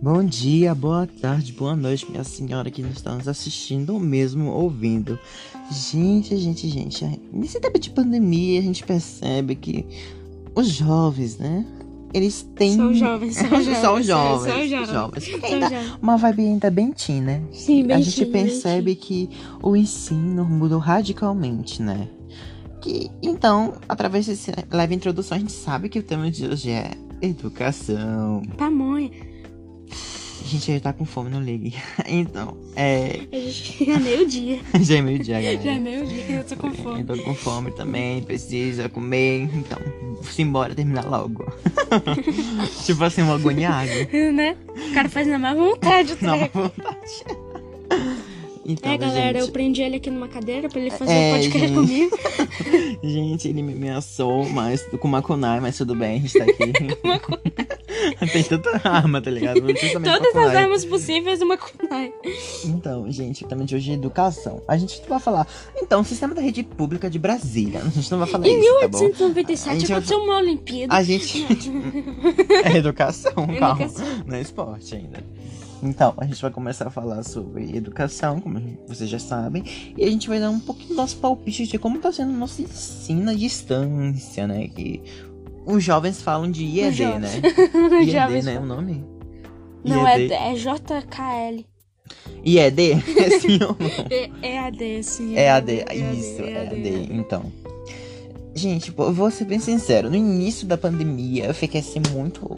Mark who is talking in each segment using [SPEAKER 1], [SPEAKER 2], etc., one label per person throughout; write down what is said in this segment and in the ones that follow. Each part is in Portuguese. [SPEAKER 1] Bom dia, boa tarde, boa noite, minha senhora que está nos assistindo ou mesmo ouvindo. Gente, gente, gente, nesse tempo de pandemia a gente percebe que os jovens, né? Eles têm.
[SPEAKER 2] São jovens, são jovens.
[SPEAKER 1] São jovens.
[SPEAKER 2] são jovens.
[SPEAKER 1] jovens.
[SPEAKER 2] São
[SPEAKER 1] Ainda-
[SPEAKER 2] jovens.
[SPEAKER 1] Uma vibe ainda bem teen, né?
[SPEAKER 2] Sim, bem
[SPEAKER 1] a gente
[SPEAKER 2] teen, bem
[SPEAKER 1] percebe que o ensino mudou radicalmente, né? Que, então, através desse leve introdução, a gente sabe que o tema de hoje é educação.
[SPEAKER 2] Pamonha.
[SPEAKER 1] Gente, ele tá com fome, não ligue. Então, é.
[SPEAKER 2] A gente já é meio dia.
[SPEAKER 1] Já é meio dia, galera.
[SPEAKER 2] Já é meio dia, eu tô com
[SPEAKER 1] Eu
[SPEAKER 2] fome.
[SPEAKER 1] tô com fome também, precisa comer. Então, simbora terminar logo. tipo assim, uma agoniada.
[SPEAKER 2] né? O cara faz na má vontade o
[SPEAKER 1] Não,
[SPEAKER 2] treco.
[SPEAKER 1] vontade. Então,
[SPEAKER 2] É, galera, eu
[SPEAKER 1] gente,
[SPEAKER 2] prendi ele aqui numa cadeira pra ele fazer
[SPEAKER 1] É,
[SPEAKER 2] um podcast
[SPEAKER 1] gente.
[SPEAKER 2] comigo.
[SPEAKER 1] gente, ele me ameaçou, mas com Makunai, mas tudo bem, a gente tá aqui. Tem tanta arma, tá ligado? Não precisa também de
[SPEAKER 2] Todas as
[SPEAKER 1] Makunai.
[SPEAKER 2] armas possíveis, uma kunai.
[SPEAKER 1] Então, gente, o tema de hoje é educação. A gente não vai falar. Então, o sistema da rede pública de Brasília. A gente não vai falar
[SPEAKER 2] Em
[SPEAKER 1] isso, tá bom?
[SPEAKER 2] 1897
[SPEAKER 1] A gente vai-
[SPEAKER 2] aconteceu uma Olimpíada.
[SPEAKER 1] A gente. é educação, calma.
[SPEAKER 2] Educação.
[SPEAKER 1] Não é esporte ainda. Então, a gente vai começar a falar sobre educação, como vocês já sabem, e a gente vai dar um pouquinho do nosso palpite de como tá sendo o nosso ensino à distância, né? Que os jovens falam de IED,
[SPEAKER 2] jovens.
[SPEAKER 1] né?
[SPEAKER 2] Os
[SPEAKER 1] IED,
[SPEAKER 2] um jovens-
[SPEAKER 1] né? O nome?
[SPEAKER 2] Não, é,
[SPEAKER 1] IED.
[SPEAKER 2] é JKL.
[SPEAKER 1] IED? É sim ou não?
[SPEAKER 2] É, é AD, assim.
[SPEAKER 1] É AD,
[SPEAKER 2] é
[SPEAKER 1] isso,
[SPEAKER 2] é
[SPEAKER 1] é AD, então. Gente, pô, vou ser bem sincero, no início da pandemia eu fiquei assim muito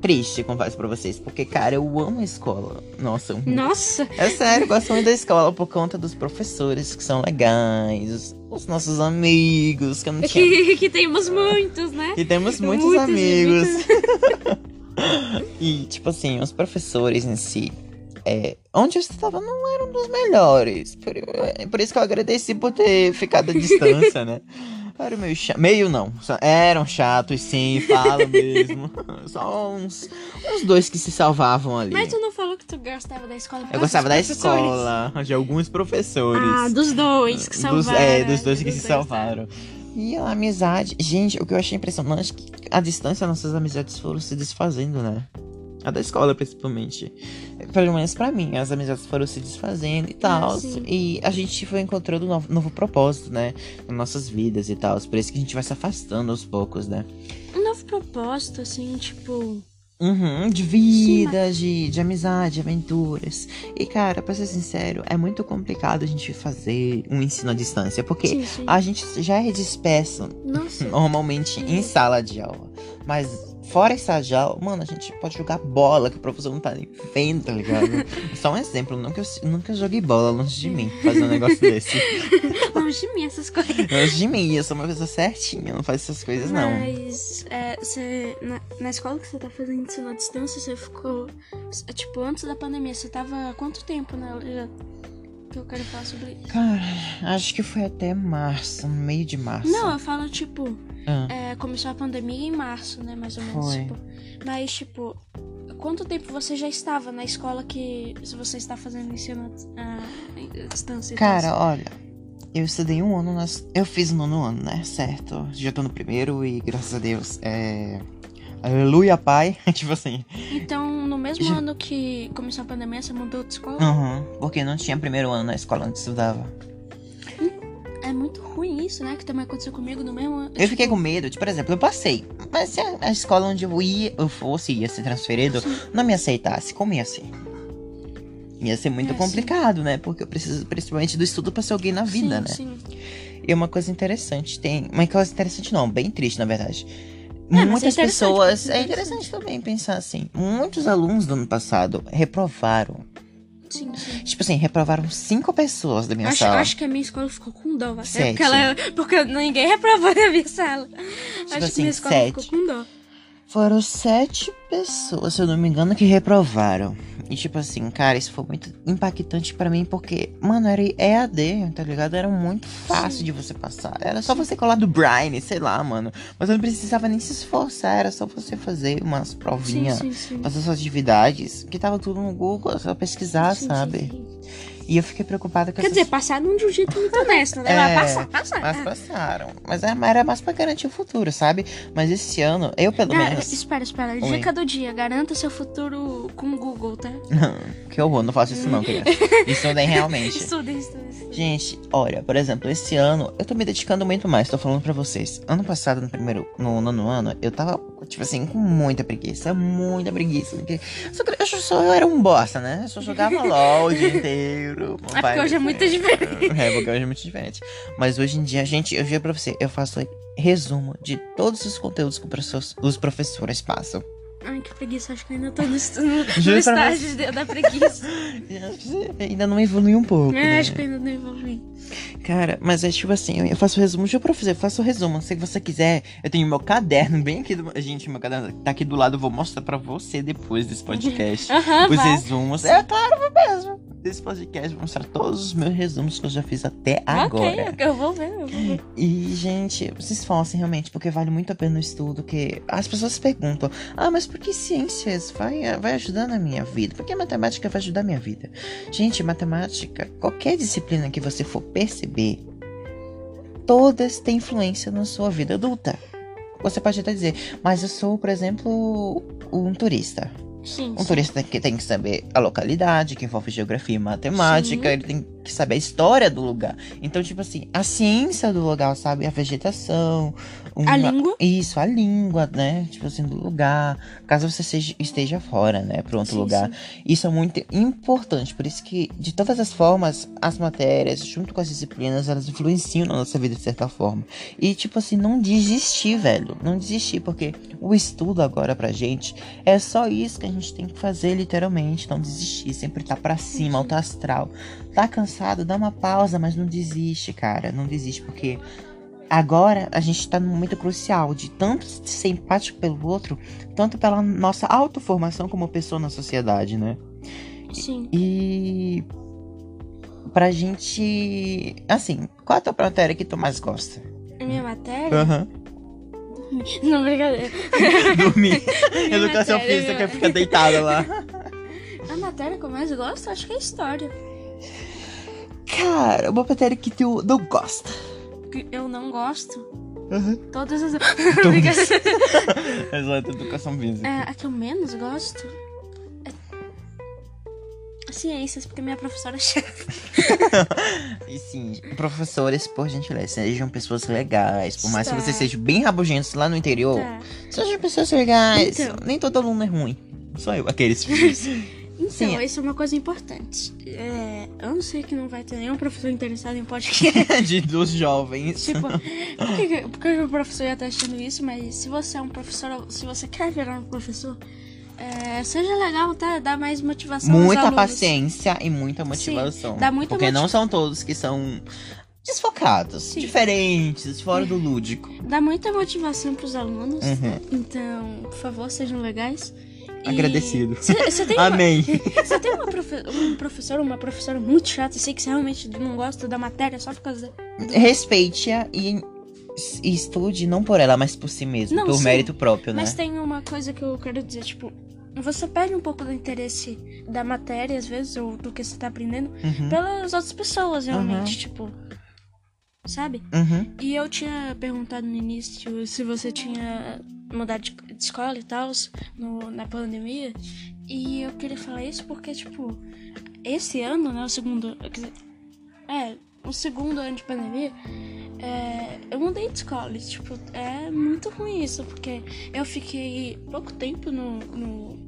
[SPEAKER 1] triste, confesso pra vocês, porque, cara, eu amo a escola. Nossa, eu-
[SPEAKER 2] Nossa,
[SPEAKER 1] é sério, eu gosto muito da escola por conta dos professores que são legais, os, os nossos amigos, que eu não tinha.
[SPEAKER 2] É que, que temos muitos, né?
[SPEAKER 1] E temos muitos,
[SPEAKER 2] Muitos,
[SPEAKER 1] amigos. e, tipo assim, os professores em si. é, onde eu estava não eram dos melhores. Por, é, por isso que eu agradeci por ter ficado à distância, né? Era meio chato. Meio não. só- eram chatos, sim, falo mesmo. Só uns, uns dois que se salvavam ali.
[SPEAKER 2] Mas tu não falou que tu gostava da escola? por
[SPEAKER 1] Eu
[SPEAKER 2] causa
[SPEAKER 1] gostava da
[SPEAKER 2] dos professores?
[SPEAKER 1] escola, de alguns professores.
[SPEAKER 2] Ah, dos dois que salvaram. né?
[SPEAKER 1] Dos, é, dos dois que
[SPEAKER 2] Dos
[SPEAKER 1] se salvaram. E a amizade. Gente, o que eu achei impressionante é que a distância nossas amizades foram se desfazendo, né? A da escola, principalmente. Pelo menos pra mim, as amizades foram se desfazendo e tal.
[SPEAKER 2] Ah, sim.
[SPEAKER 1] e a gente foi encontrando um novo, novo propósito, né? Nas nossas vidas e tal. Por isso que a gente vai se afastando aos poucos, né?
[SPEAKER 2] Um novo propósito, assim, tipo.
[SPEAKER 1] Uhum, de vida, de, de amizade, de aventuras. E, cara, pra ser sincero, é muito complicado a gente fazer um ensino à distância. Porque
[SPEAKER 2] Sim, sim.
[SPEAKER 1] a gente já é disperso
[SPEAKER 2] Nossa.
[SPEAKER 1] normalmente em sala de aula. Mas fora essa de aula, mano, a gente pode jogar bola, que o professor não tá nem vendo, tá ligado? Só um exemplo, nunca, eu- nunca joguei bola longe de mim, fazer um negócio desse.
[SPEAKER 2] Longe de mim essas coisas.
[SPEAKER 1] Longe de mim, eu sou uma pessoa certinha, não faz essas coisas não.
[SPEAKER 2] Mas é, você- na, na escola que você tá fazendo ensino à distância, você ficou. é, Tipo, antes da pandemia, você tava há quanto tempo né? já- Que eu quero falar sobre isso.
[SPEAKER 1] Cara, acho que foi até março, no meio de março.
[SPEAKER 2] Não, eu falo, tipo,
[SPEAKER 1] Ah.
[SPEAKER 2] é, começou a pandemia em março, né? Mais ou menos.
[SPEAKER 1] Foi.
[SPEAKER 2] Tipo, mas, tipo, quanto tempo você já estava na escola que se você está fazendo ensino à à distância? e tal?
[SPEAKER 1] Cara, olha, eu estudei um ano, nas... eu fiz o nono ano, né? Certo. Já tô no primeiro e graças a Deus, é. Aleluia, pai. tipo assim.
[SPEAKER 2] Então, no mesmo
[SPEAKER 1] Já-
[SPEAKER 2] ano que começou a pandemia, você mudou de escola?
[SPEAKER 1] Uhum, porque não tinha primeiro ano na escola onde estudava.
[SPEAKER 2] É muito ruim isso, né? Que também aconteceu comigo no mesmo ano.
[SPEAKER 1] Eu fiquei com medo, tipo, por exemplo, eu passei. Mas se a, a escola onde eu ia, eu fosse ia ser transferido, não me aceitasse, como ia ser? Ia ser muito
[SPEAKER 2] É, sim.
[SPEAKER 1] complicado, né? Porque eu preciso principalmente do estudo pra ser alguém na vida,
[SPEAKER 2] sim,
[SPEAKER 1] né?
[SPEAKER 2] Sim.
[SPEAKER 1] E uma coisa interessante tem. Uma coisa interessante não, bem triste, na verdade.
[SPEAKER 2] mas é
[SPEAKER 1] Muitas
[SPEAKER 2] interessante,
[SPEAKER 1] pessoas.
[SPEAKER 2] é
[SPEAKER 1] É interessante também pensar assim. Muitos alunos do ano passado reprovaram.
[SPEAKER 2] Sim, sim.
[SPEAKER 1] Tipo assim, reprovaram cinco pessoas da minha
[SPEAKER 2] Acho,
[SPEAKER 1] sala.
[SPEAKER 2] acho que a minha escola ficou com dó. até
[SPEAKER 1] Sete.
[SPEAKER 2] Porque, ela, é, porque ninguém reprovou na minha sala. acho que
[SPEAKER 1] assim,
[SPEAKER 2] minha escola
[SPEAKER 1] sete.
[SPEAKER 2] ficou com dó.
[SPEAKER 1] Foram sete pessoas, se eu não me engano, que reprovaram. E tipo assim, cara, isso foi muito impactante pra mim, porque, mano, era EAD, tá ligado? Era muito fácil
[SPEAKER 2] Sim.
[SPEAKER 1] de você passar. Era só você colar do Brian, sei lá, mano. Mas eu não precisava nem se esforçar, era só você fazer umas
[SPEAKER 2] Sim,
[SPEAKER 1] provinhas,
[SPEAKER 2] sim, sim.
[SPEAKER 1] fazer suas atividades, que tava tudo no Google, é só pesquisar,
[SPEAKER 2] Sim, sim,
[SPEAKER 1] sabe?
[SPEAKER 2] sim.
[SPEAKER 1] E eu fiquei preocupada com
[SPEAKER 2] Quer
[SPEAKER 1] essas-
[SPEAKER 2] dizer, passaram de um jeito muito honesto, né? Mas
[SPEAKER 1] É,
[SPEAKER 2] passar, passar.
[SPEAKER 1] Mas
[SPEAKER 2] Ah,
[SPEAKER 1] passaram. Mas era- era mais pra garantir o futuro, sabe? Mas esse ano, eu pelo
[SPEAKER 2] ah,
[SPEAKER 1] menos.
[SPEAKER 2] espera, espera. Dica do dia. Garanta seu futuro com o Google, tá?
[SPEAKER 1] que horror, não faço isso não, criança. Isso nem realmente.
[SPEAKER 2] Estuda, estuda, estuda.
[SPEAKER 1] Gente, olha, por exemplo, esse ano eu tô me dedicando muito mais, tô falando pra vocês. Ano passado, no primeiro, no nono ano, eu tava, tipo assim, com muita preguiça, muita preguiça. porque Só que eu só eu era um bosta, né? Eu só jogava LOL o dia inteiro.
[SPEAKER 2] É porque hoje é muito diferente.
[SPEAKER 1] É, porque hoje é muito diferente. Mas hoje em dia, gente, eu juro pra você, eu faço resumo de todos os conteúdos que o professor- os professores passam.
[SPEAKER 2] Ai, que preguiça. Acho que ainda tô no, no, no
[SPEAKER 1] Juro pra
[SPEAKER 2] estágio de- da preguiça.
[SPEAKER 1] Ainda não evoluiu um pouco.
[SPEAKER 2] É,
[SPEAKER 1] né?
[SPEAKER 2] acho que ainda não evolui.
[SPEAKER 1] Cara, mas é tipo assim, eu faço resumo, deixa eu pra você, eu faço resumo. Se você quiser, eu tenho meu caderno bem aqui do. Gente, meu caderno tá aqui do lado, eu vou mostrar pra você depois desse podcast.
[SPEAKER 2] Aham,
[SPEAKER 1] os
[SPEAKER 2] vai.
[SPEAKER 1] resumos. É claro, vou mesmo. Desse podcast, vou mostrar todos os meus resumos que eu já fiz até agora.
[SPEAKER 2] Ok, eu vou ver, eu vou ver.
[SPEAKER 1] E, gente, se esforcem realmente, porque vale muito a pena o estudo, que as pessoas se perguntam, ah, mas por que ciências vai, vai ajudar na minha vida? Por que matemática vai ajudar a minha vida? Gente, matemática, qualquer disciplina que você for perceber, todas têm influência na sua vida adulta. Você pode até dizer, mas eu sou, por exemplo, um turista.
[SPEAKER 2] Sim,
[SPEAKER 1] Um
[SPEAKER 2] sim.
[SPEAKER 1] turista que tem que saber a localidade, que envolve geografia e matemática,
[SPEAKER 2] Sim.
[SPEAKER 1] ele tem que saber a história do lugar. Então, tipo assim, a ciência do lugar, sabe? A vegetação. uma-
[SPEAKER 2] A língua?
[SPEAKER 1] Isso, a língua, né? Tipo assim, do lugar. Caso você seja- esteja fora, né? Pra outro
[SPEAKER 2] Sim,
[SPEAKER 1] lugar. Isso é muito importante. Por isso que, de todas as formas, as matérias, junto com as disciplinas, elas influenciam na nossa vida de certa forma. E, tipo assim, não desistir, velho. Não desistir, porque o estudo agora pra gente é só isso que a gente tem que fazer, literalmente. Não desistir, sempre tá pra cima, alto astral. Tá cansado, dá uma pausa, mas não desiste, cara. Não desiste, porque agora a gente tá num momento crucial de tanto ser empático pelo outro, tanto pela nossa autoformação como pessoa na sociedade, né?
[SPEAKER 2] Sim.
[SPEAKER 1] E pra gente. Assim, qual é a tua matéria que tu mais gosta?
[SPEAKER 2] A minha matéria?
[SPEAKER 1] Aham.
[SPEAKER 2] Não, brincadeira.
[SPEAKER 1] Dormir.
[SPEAKER 2] Minha
[SPEAKER 1] Educação
[SPEAKER 2] matéria,
[SPEAKER 1] física
[SPEAKER 2] minha-
[SPEAKER 1] que fica deitada lá.
[SPEAKER 2] A matéria que eu mais gosto, acho que é história.
[SPEAKER 1] Cara, uma matéria que tu não gosta.
[SPEAKER 2] Porque eu não gosto.
[SPEAKER 1] Uhum.
[SPEAKER 2] Todas as. Brincadeira.
[SPEAKER 1] Exato, educação física.
[SPEAKER 2] É, a que eu menos gosto é ciências, porque minha professora é chata.
[SPEAKER 1] E sim, professores, por gentileza, sejam pessoas legais. Por mais
[SPEAKER 2] Tá.
[SPEAKER 1] que vocês sejam bem rabugentos lá no interior,
[SPEAKER 2] Tá.
[SPEAKER 1] sejam pessoas legais.
[SPEAKER 2] Então.
[SPEAKER 1] Nem todo aluno é ruim. Só eu, aqueles filhos.
[SPEAKER 2] Então,
[SPEAKER 1] Sim.
[SPEAKER 2] isso é uma coisa importante. É, eu não sei que não vai ter nenhum professor interessado em podcast.
[SPEAKER 1] de dos jovens.
[SPEAKER 2] tipo, por que, que- por que que o professor ia estar achando isso? Mas se você é um professor, se você quer virar um professor, é, seja legal, tá? Dá mais motivação aos
[SPEAKER 1] muita
[SPEAKER 2] alunos.
[SPEAKER 1] paciência e muita motivação.
[SPEAKER 2] dá muita
[SPEAKER 1] porque
[SPEAKER 2] motiva-
[SPEAKER 1] não são todos que são desfocados,
[SPEAKER 2] Sim.
[SPEAKER 1] diferentes, fora do lúdico.
[SPEAKER 2] Dá muita motivação pros alunos.
[SPEAKER 1] Uhum.
[SPEAKER 2] Então, por favor, sejam legais. E
[SPEAKER 1] Agradecido.
[SPEAKER 2] Você você tem uma-
[SPEAKER 1] Amém.
[SPEAKER 2] Você tem uma profe- um professor, uma professora muito chata, eu sei que você realmente não gosta da matéria só por causa da...
[SPEAKER 1] Respeite-a e, e estude não por ela, mas por si mesmo,
[SPEAKER 2] Não,
[SPEAKER 1] por
[SPEAKER 2] sim.
[SPEAKER 1] mérito próprio, né?
[SPEAKER 2] Mas tem uma coisa que eu quero dizer, tipo, você perde um pouco do interesse da matéria, às vezes, ou do que você tá aprendendo,
[SPEAKER 1] Uhum,
[SPEAKER 2] pelas outras pessoas, realmente,
[SPEAKER 1] Uhum.
[SPEAKER 2] tipo. Sabe?
[SPEAKER 1] uhum.
[SPEAKER 2] E eu tinha perguntado no início se você tinha mudado de, de escola e tal no- na pandemia. E eu queria falar isso porque, tipo, esse ano, né, o segundo. Quer dizer, é, o segundo ano de pandemia, é, eu mudei de escola. E, tipo, é muito ruim isso, porque eu fiquei pouco tempo no. no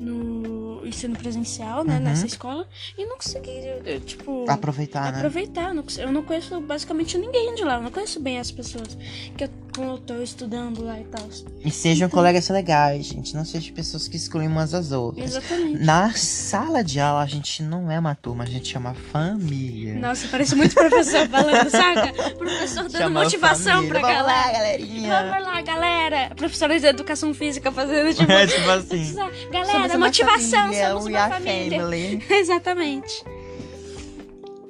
[SPEAKER 2] no ensino presencial, né,
[SPEAKER 1] Uhum.
[SPEAKER 2] nessa escola, e não consegui, eh, tipo
[SPEAKER 1] Aproveitar, né?
[SPEAKER 2] aproveitar. eu não conse- Eu não conheço basicamente ninguém de lá. Eu não conheço bem as pessoas que eu, como eu tô estudando lá e tal.
[SPEAKER 1] E sejam
[SPEAKER 2] Então-
[SPEAKER 1] colegas legais, gente. Não sejam pessoas que excluem umas às outras.
[SPEAKER 2] Exatamente.
[SPEAKER 1] Na sala de aula, a gente não é uma turma, a gente chama família.
[SPEAKER 2] Nossa, parece muito professor falando, saca? Professor dando
[SPEAKER 1] Chama
[SPEAKER 2] motivação
[SPEAKER 1] família.
[SPEAKER 2] pra
[SPEAKER 1] Vamos lá,
[SPEAKER 2] galera.
[SPEAKER 1] galerinha.
[SPEAKER 2] Vamos lá, galera. Professores de educação física fazendo tipo.
[SPEAKER 1] É tipo assim.
[SPEAKER 2] Galera,
[SPEAKER 1] Somos uma
[SPEAKER 2] motivação,
[SPEAKER 1] família,
[SPEAKER 2] somos
[SPEAKER 1] we
[SPEAKER 2] uma
[SPEAKER 1] are
[SPEAKER 2] família.
[SPEAKER 1] family.
[SPEAKER 2] Exatamente.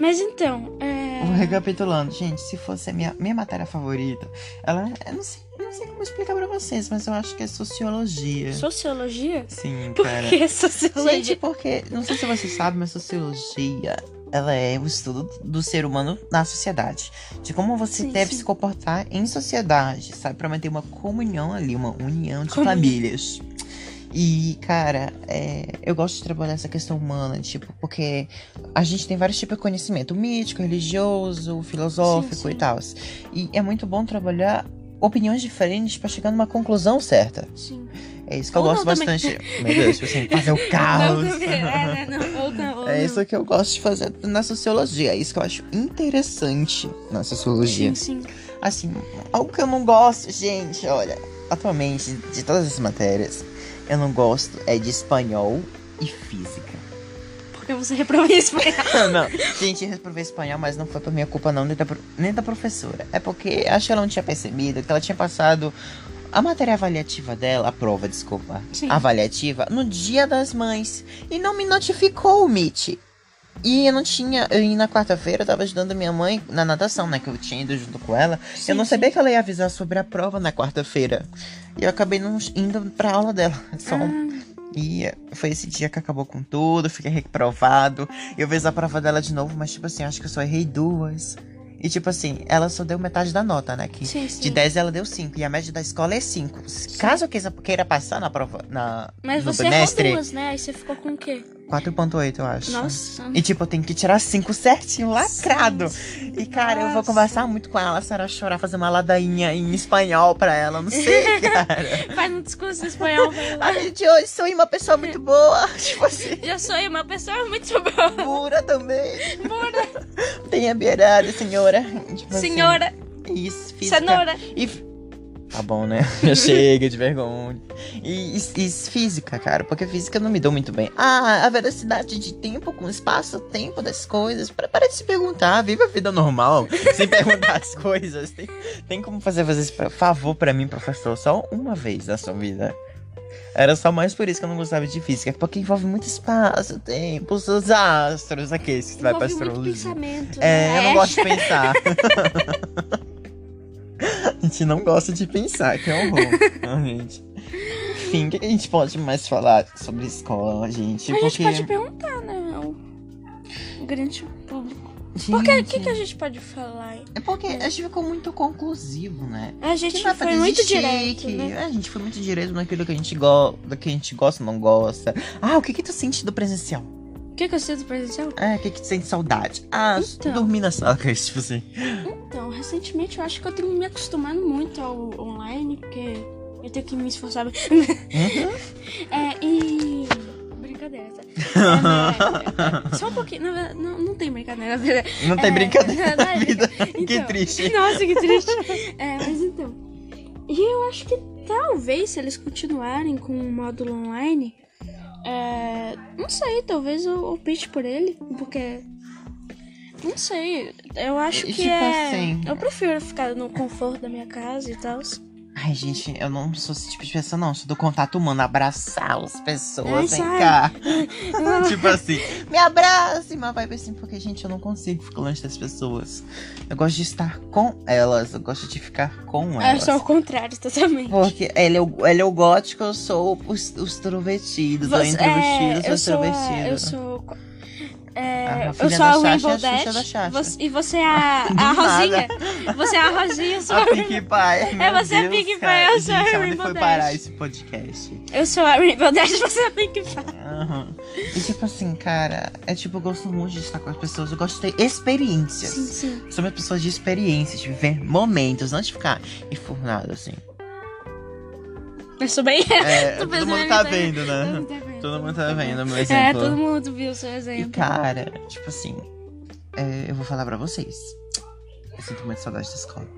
[SPEAKER 2] Mas então, é...
[SPEAKER 1] Vou Recapitulando, gente, se fosse a minha, minha matéria favorita, ela. Eu não sei, eu não sei como explicar pra vocês, mas eu acho que é sociologia.
[SPEAKER 2] sociologia?
[SPEAKER 1] Sim,
[SPEAKER 2] Por
[SPEAKER 1] É. cara.
[SPEAKER 2] que sociologia?
[SPEAKER 1] Gente, porque, não sei se você sabe, mas sociologia ela é o estudo do ser humano na sociedade. De como você
[SPEAKER 2] Sim,
[SPEAKER 1] deve
[SPEAKER 2] sim.
[SPEAKER 1] se comportar em sociedade, sabe? Pra manter uma comunhão ali, uma união de
[SPEAKER 2] Comunhão.
[SPEAKER 1] famílias. E, cara, é, eu gosto de trabalhar essa questão humana, tipo, porque a gente tem vários tipos de conhecimento, mítico, religioso, filosófico
[SPEAKER 2] Sim, sim.
[SPEAKER 1] e tal. E é muito bom trabalhar opiniões diferentes pra chegar numa conclusão certa.
[SPEAKER 2] Sim.
[SPEAKER 1] É isso que eu
[SPEAKER 2] Ou não
[SPEAKER 1] gosto
[SPEAKER 2] também.
[SPEAKER 1] bastante. Meu Deus, tipo assim, fazer o caos.
[SPEAKER 2] Não, também, é, né, não, ou não, ou
[SPEAKER 1] É
[SPEAKER 2] não.
[SPEAKER 1] isso que eu gosto de fazer na sociologia. É isso que eu acho interessante na sociologia.
[SPEAKER 2] Sim, sim.
[SPEAKER 1] Assim, algo que eu não gosto, gente, olha. Atualmente, de todas as matérias, eu não gosto é de espanhol e física.
[SPEAKER 2] Porque você reprovou isso pra
[SPEAKER 1] não, gente, eu reprovei espanhol, mas não foi por minha culpa, não, nem da, pro- nem da professora. É porque acho que ela não tinha percebido que ela tinha passado a matéria avaliativa dela, a prova, desculpa,
[SPEAKER 2] Sim.
[SPEAKER 1] avaliativa, no dia das mães. E não me notificou o MIT. E eu não tinha. E na quarta-feira eu tava ajudando minha mãe na natação, né? Que eu tinha ido junto com ela.
[SPEAKER 2] Sim,
[SPEAKER 1] eu não
[SPEAKER 2] sim.
[SPEAKER 1] sabia que ela ia avisar sobre a prova na quarta-feira. E eu acabei não indo pra aula dela. Só um
[SPEAKER 2] Ah,
[SPEAKER 1] e foi esse dia que acabou com tudo, fiquei reprovado. Eu fiz a prova dela de novo, mas tipo assim, acho que eu só errei duas. E tipo assim, ela só deu metade da nota, né? Que
[SPEAKER 2] sim, sim.
[SPEAKER 1] de 10 ela deu 5 e a média da escola é 5. Caso eu queira, queira passar na prova, na,
[SPEAKER 2] Mas
[SPEAKER 1] no
[SPEAKER 2] você
[SPEAKER 1] bimestre,
[SPEAKER 2] errou duas, né? Aí você ficou com o quê?
[SPEAKER 1] 4.8, eu acho.
[SPEAKER 2] Nossa.
[SPEAKER 1] E tipo, eu tenho que tirar 5 certinho, lacrado.
[SPEAKER 2] Sim,
[SPEAKER 1] E cara, eu vou
[SPEAKER 2] nossa.
[SPEAKER 1] conversar muito com ela, se ela chorar, fazer uma ladainha em espanhol pra ela, eu não sei, cara.
[SPEAKER 2] Faz um discurso em espanhol. vai lá.
[SPEAKER 1] A gente, eu sou uma pessoa muito boa, tipo assim.
[SPEAKER 2] Eu sou uma pessoa muito boa.
[SPEAKER 1] Pura também. Pura. Tenha beirada, senhora. Tipo assim,
[SPEAKER 2] Senhora, é
[SPEAKER 1] Isso, física.
[SPEAKER 2] cenoura.
[SPEAKER 1] E... f- Tá bom, né? Já chega de vergonha. E, e- e física, cara, porque física eu não me dou muito bem. Ah, a velocidade de tempo com espaço, tempo das coisas. Para, para de se perguntar, vive a vida normal, sem perguntar as coisas. Tem, tem como fazer, fazer esse pra- favor pra mim, professor, só uma vez na sua vida. Era só mais por isso que eu não gostava de física, porque envolve muito espaço, tempo, os seus astros, aqueles que você vai pra
[SPEAKER 2] Envolve muito
[SPEAKER 1] astrologia.
[SPEAKER 2] pensamento.
[SPEAKER 1] É,
[SPEAKER 2] né?
[SPEAKER 1] eu não gosto de pensar. a gente não gosta de pensar, que é um horror, realmente. Enfim, o que a gente pode mais falar sobre escola, gente?
[SPEAKER 2] A gente
[SPEAKER 1] Porque.
[SPEAKER 2] pode perguntar, né? Ao grande público. Porque o que, que a gente pode falar? hein?
[SPEAKER 1] É porque a gente ficou muito conclusivo, né?
[SPEAKER 2] A
[SPEAKER 1] Que
[SPEAKER 2] gente
[SPEAKER 1] não é pra
[SPEAKER 2] foi muito
[SPEAKER 1] desistir,
[SPEAKER 2] direto,
[SPEAKER 1] que-
[SPEAKER 2] né?
[SPEAKER 1] é, A gente foi muito direto naquilo que a gente gosta, do que a gente gosta, não gosta. Ah, o que que tu sente do presencial?
[SPEAKER 2] O que, que eu sinto presencial?
[SPEAKER 1] Ah, o que que tu sente saudade? Ah,
[SPEAKER 2] Então.
[SPEAKER 1] dormir na sala, que é isso, tipo assim.
[SPEAKER 2] Então, recentemente eu acho que eu tenho me acostumado muito ao online, porque eu tenho que me esforçar. É, e. Brincadeira, tá? É, né? Só um pouquinho. Na verdade, não, não tem brincadeira, na verdade.
[SPEAKER 1] Não tem
[SPEAKER 2] É,
[SPEAKER 1] brincadeira na
[SPEAKER 2] não é-
[SPEAKER 1] vida. que
[SPEAKER 2] então.
[SPEAKER 1] triste.
[SPEAKER 2] Nossa, que triste. É, mas então. E eu acho que talvez se eles continuarem com o módulo online. é, não sei, talvez eu opte por ele, porque. Não sei, eu acho
[SPEAKER 1] E,
[SPEAKER 2] que
[SPEAKER 1] tipo
[SPEAKER 2] é.
[SPEAKER 1] assim-
[SPEAKER 2] Eu prefiro ficar no conforto da minha casa e tal.
[SPEAKER 1] Ai, gente, eu não sou esse tipo de pessoa, não. Eu Sou do contato humano, abraçar as
[SPEAKER 2] Ai,
[SPEAKER 1] pessoas, vem
[SPEAKER 2] sai.
[SPEAKER 1] cá. tipo assim, me abrace, mas vai assim, porque, gente, eu não consigo ficar longe das pessoas. Eu gosto de estar com elas, eu gosto de ficar com
[SPEAKER 2] Ah, eu
[SPEAKER 1] elas.
[SPEAKER 2] sou ao contrário, totalmente.
[SPEAKER 1] Porque ele é, o, ele é o gótico, eu sou os, os introvertidos, ou
[SPEAKER 2] Você- é,
[SPEAKER 1] introvertidos, ou
[SPEAKER 2] eu sou a- eu
[SPEAKER 1] extrovertidos.
[SPEAKER 2] sou. é,
[SPEAKER 1] A- a
[SPEAKER 2] eu
[SPEAKER 1] Ah, filha
[SPEAKER 2] sou
[SPEAKER 1] da
[SPEAKER 2] a
[SPEAKER 1] Xuxa é a
[SPEAKER 2] Rainbow
[SPEAKER 1] Xuxa
[SPEAKER 2] Dash.
[SPEAKER 1] da Xuxa.
[SPEAKER 2] você- e você é a,
[SPEAKER 1] Do
[SPEAKER 2] a
[SPEAKER 1] nada.
[SPEAKER 2] Rosinha. Você é a Rosinha, eu sou
[SPEAKER 1] A Pink Pie. meu
[SPEAKER 2] você é a
[SPEAKER 1] Deus,
[SPEAKER 2] Pinkie Pie,
[SPEAKER 1] cara.
[SPEAKER 2] eu sou a
[SPEAKER 1] Gente, aonde
[SPEAKER 2] Rainbow
[SPEAKER 1] foi parar
[SPEAKER 2] Dash.
[SPEAKER 1] esse podcast?
[SPEAKER 2] Eu sou a Rainbow Dash, você é a Pink Pie.
[SPEAKER 1] Aham. E tipo assim, cara, é tipo, eu gosto muito de estar com as pessoas, eu gosto de ter experiências.
[SPEAKER 2] Sim, sim.
[SPEAKER 1] Somos pessoas de experiências, de viver momentos, não de ficar enfurnado assim.
[SPEAKER 2] Eu sou bem.
[SPEAKER 1] É,
[SPEAKER 2] Tô
[SPEAKER 1] todo
[SPEAKER 2] pensando
[SPEAKER 1] mundo tá
[SPEAKER 2] em-
[SPEAKER 1] vendo, né?
[SPEAKER 2] vendo.
[SPEAKER 1] Todo mundo tá vendo, meu exemplo.
[SPEAKER 2] É, todo mundo viu o seu
[SPEAKER 1] E
[SPEAKER 2] exemplo.
[SPEAKER 1] cara, tipo assim, é, eu vou falar pra vocês. Eu sinto muita saudade da escola.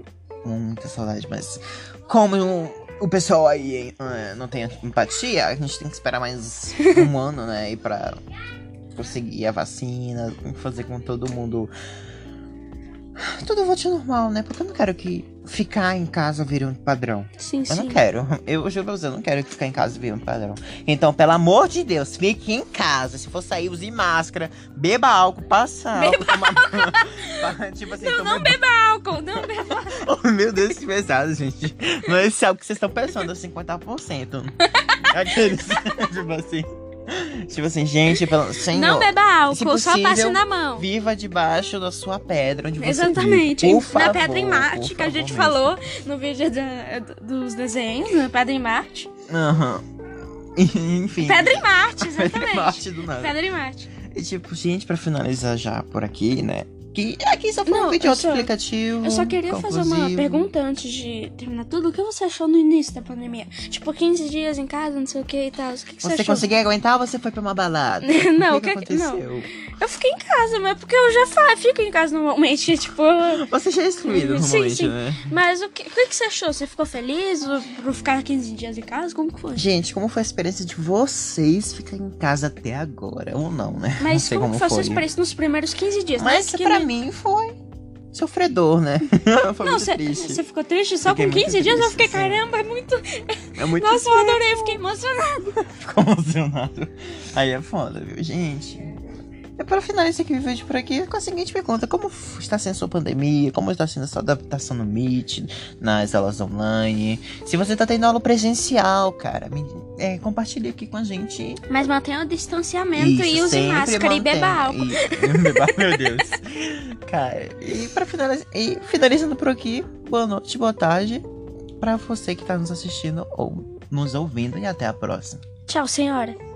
[SPEAKER 1] Muita saudade, mas como o- o pessoal aí eh, não tem empatia, a gente tem que esperar mais um ano, né? E pra conseguir a vacina, fazer com todo mundo. Tudo volte ao normal, né? Porque eu não quero que ficar em casa vire um padrão.
[SPEAKER 2] Sim,
[SPEAKER 1] Eu
[SPEAKER 2] sim.
[SPEAKER 1] não quero. Eu juro pra você, eu não quero ficar em casa vira um padrão. Então, pelo amor de Deus, fique em casa. Se for sair, use máscara, beba álcool, passa álcool. Toma... tipo assim,
[SPEAKER 2] Não,
[SPEAKER 1] toma-
[SPEAKER 2] não beba álcool, não beba.
[SPEAKER 1] Oh, meu Deus, que pesado, gente. Mas esse álcool que vocês estão pensando é 50%. Aqueles, É tipo assim. Tipo assim, gente, pelo... Senhor,
[SPEAKER 2] Não beba
[SPEAKER 1] se
[SPEAKER 2] álcool, só
[SPEAKER 1] possível,
[SPEAKER 2] passando a mão.
[SPEAKER 1] Viva debaixo da sua pedra, onde você
[SPEAKER 2] Exatamente.
[SPEAKER 1] vive.
[SPEAKER 2] Na
[SPEAKER 1] Por favor,
[SPEAKER 2] Pedra em Marte,
[SPEAKER 1] por
[SPEAKER 2] que a
[SPEAKER 1] favor
[SPEAKER 2] gente
[SPEAKER 1] mesmo.
[SPEAKER 2] falou no vídeo da- dos desenhos, na Pedra em Marte.
[SPEAKER 1] Aham. Enfim.
[SPEAKER 2] Pedra em Marte,
[SPEAKER 1] Pedra em
[SPEAKER 2] exatamente.
[SPEAKER 1] Marte do nada.
[SPEAKER 2] Pedra em Marte.
[SPEAKER 1] E tipo, gente, pra finalizar já por aqui, né? Que aqui só foi
[SPEAKER 3] Não,
[SPEAKER 1] um vídeo
[SPEAKER 3] eu só-
[SPEAKER 1] autoexplicativo.
[SPEAKER 3] Eu só queria fazer uma
[SPEAKER 1] Hum, conclusivo.
[SPEAKER 3] pergunta antes de terminar tudo. O que você achou no início da pandemia? Tipo, 15 dias em casa, não sei o que e tal. O que, que você,
[SPEAKER 1] Você
[SPEAKER 3] achou?
[SPEAKER 1] conseguiu aguentar ou você foi pra uma balada?
[SPEAKER 2] Não,
[SPEAKER 1] o
[SPEAKER 3] é
[SPEAKER 1] que,
[SPEAKER 2] o que-
[SPEAKER 1] que aconteceu?
[SPEAKER 2] Eu fiquei em casa, mas porque eu já fa- fico em casa normalmente, tipo.
[SPEAKER 1] Você já é excluído
[SPEAKER 2] Sim,
[SPEAKER 1] normalmente,
[SPEAKER 2] sim.
[SPEAKER 1] né?
[SPEAKER 2] Mas o que, o que que você achou? Você ficou feliz por ficar 15 dias em casa? Como que foi?
[SPEAKER 1] Gente, como foi a experiência de vocês ficarem em casa até agora? Ou não, né? não
[SPEAKER 2] Mas
[SPEAKER 1] sei
[SPEAKER 2] como,
[SPEAKER 1] como,
[SPEAKER 2] que foi a sua
[SPEAKER 1] foi.
[SPEAKER 2] experiência nos primeiros 15 dias? né?
[SPEAKER 1] Mas
[SPEAKER 2] Porque
[SPEAKER 1] pra
[SPEAKER 2] no-
[SPEAKER 1] mim foi sofredor, né? foi
[SPEAKER 2] Não,
[SPEAKER 1] muito
[SPEAKER 2] você
[SPEAKER 1] triste.
[SPEAKER 2] você ficou triste só
[SPEAKER 1] Fiquei
[SPEAKER 2] com 15
[SPEAKER 1] muito
[SPEAKER 2] dias? Eu
[SPEAKER 1] triste,
[SPEAKER 2] fiquei,
[SPEAKER 1] sim.
[SPEAKER 2] caramba, é muito.
[SPEAKER 1] É muito
[SPEAKER 2] Nossa, eu adorei, eu fiquei emocionada.
[SPEAKER 1] comocionado. assim, Aí é foda, viu, gente? E para finalizar aqui o vídeo por aqui, com a seguinte pergunta: Como f- está sendo sua pandemia? Como está sendo sua adaptação no Meet, nas aulas online? Se você tá tendo aula presencial, cara, me, é, compartilha aqui com a gente.
[SPEAKER 2] Mas mantenha o distanciamento e
[SPEAKER 1] Isso,
[SPEAKER 2] use
[SPEAKER 1] sempre
[SPEAKER 2] máscara e beba
[SPEAKER 1] mantenha.
[SPEAKER 2] álcool.
[SPEAKER 1] E- beba- meu Deus. Cara, e para finalizar, e finalizando por aqui, boa noite, boa tarde para você que tá nos assistindo ou nos ouvindo e até a próxima.
[SPEAKER 3] Tchau, senhora.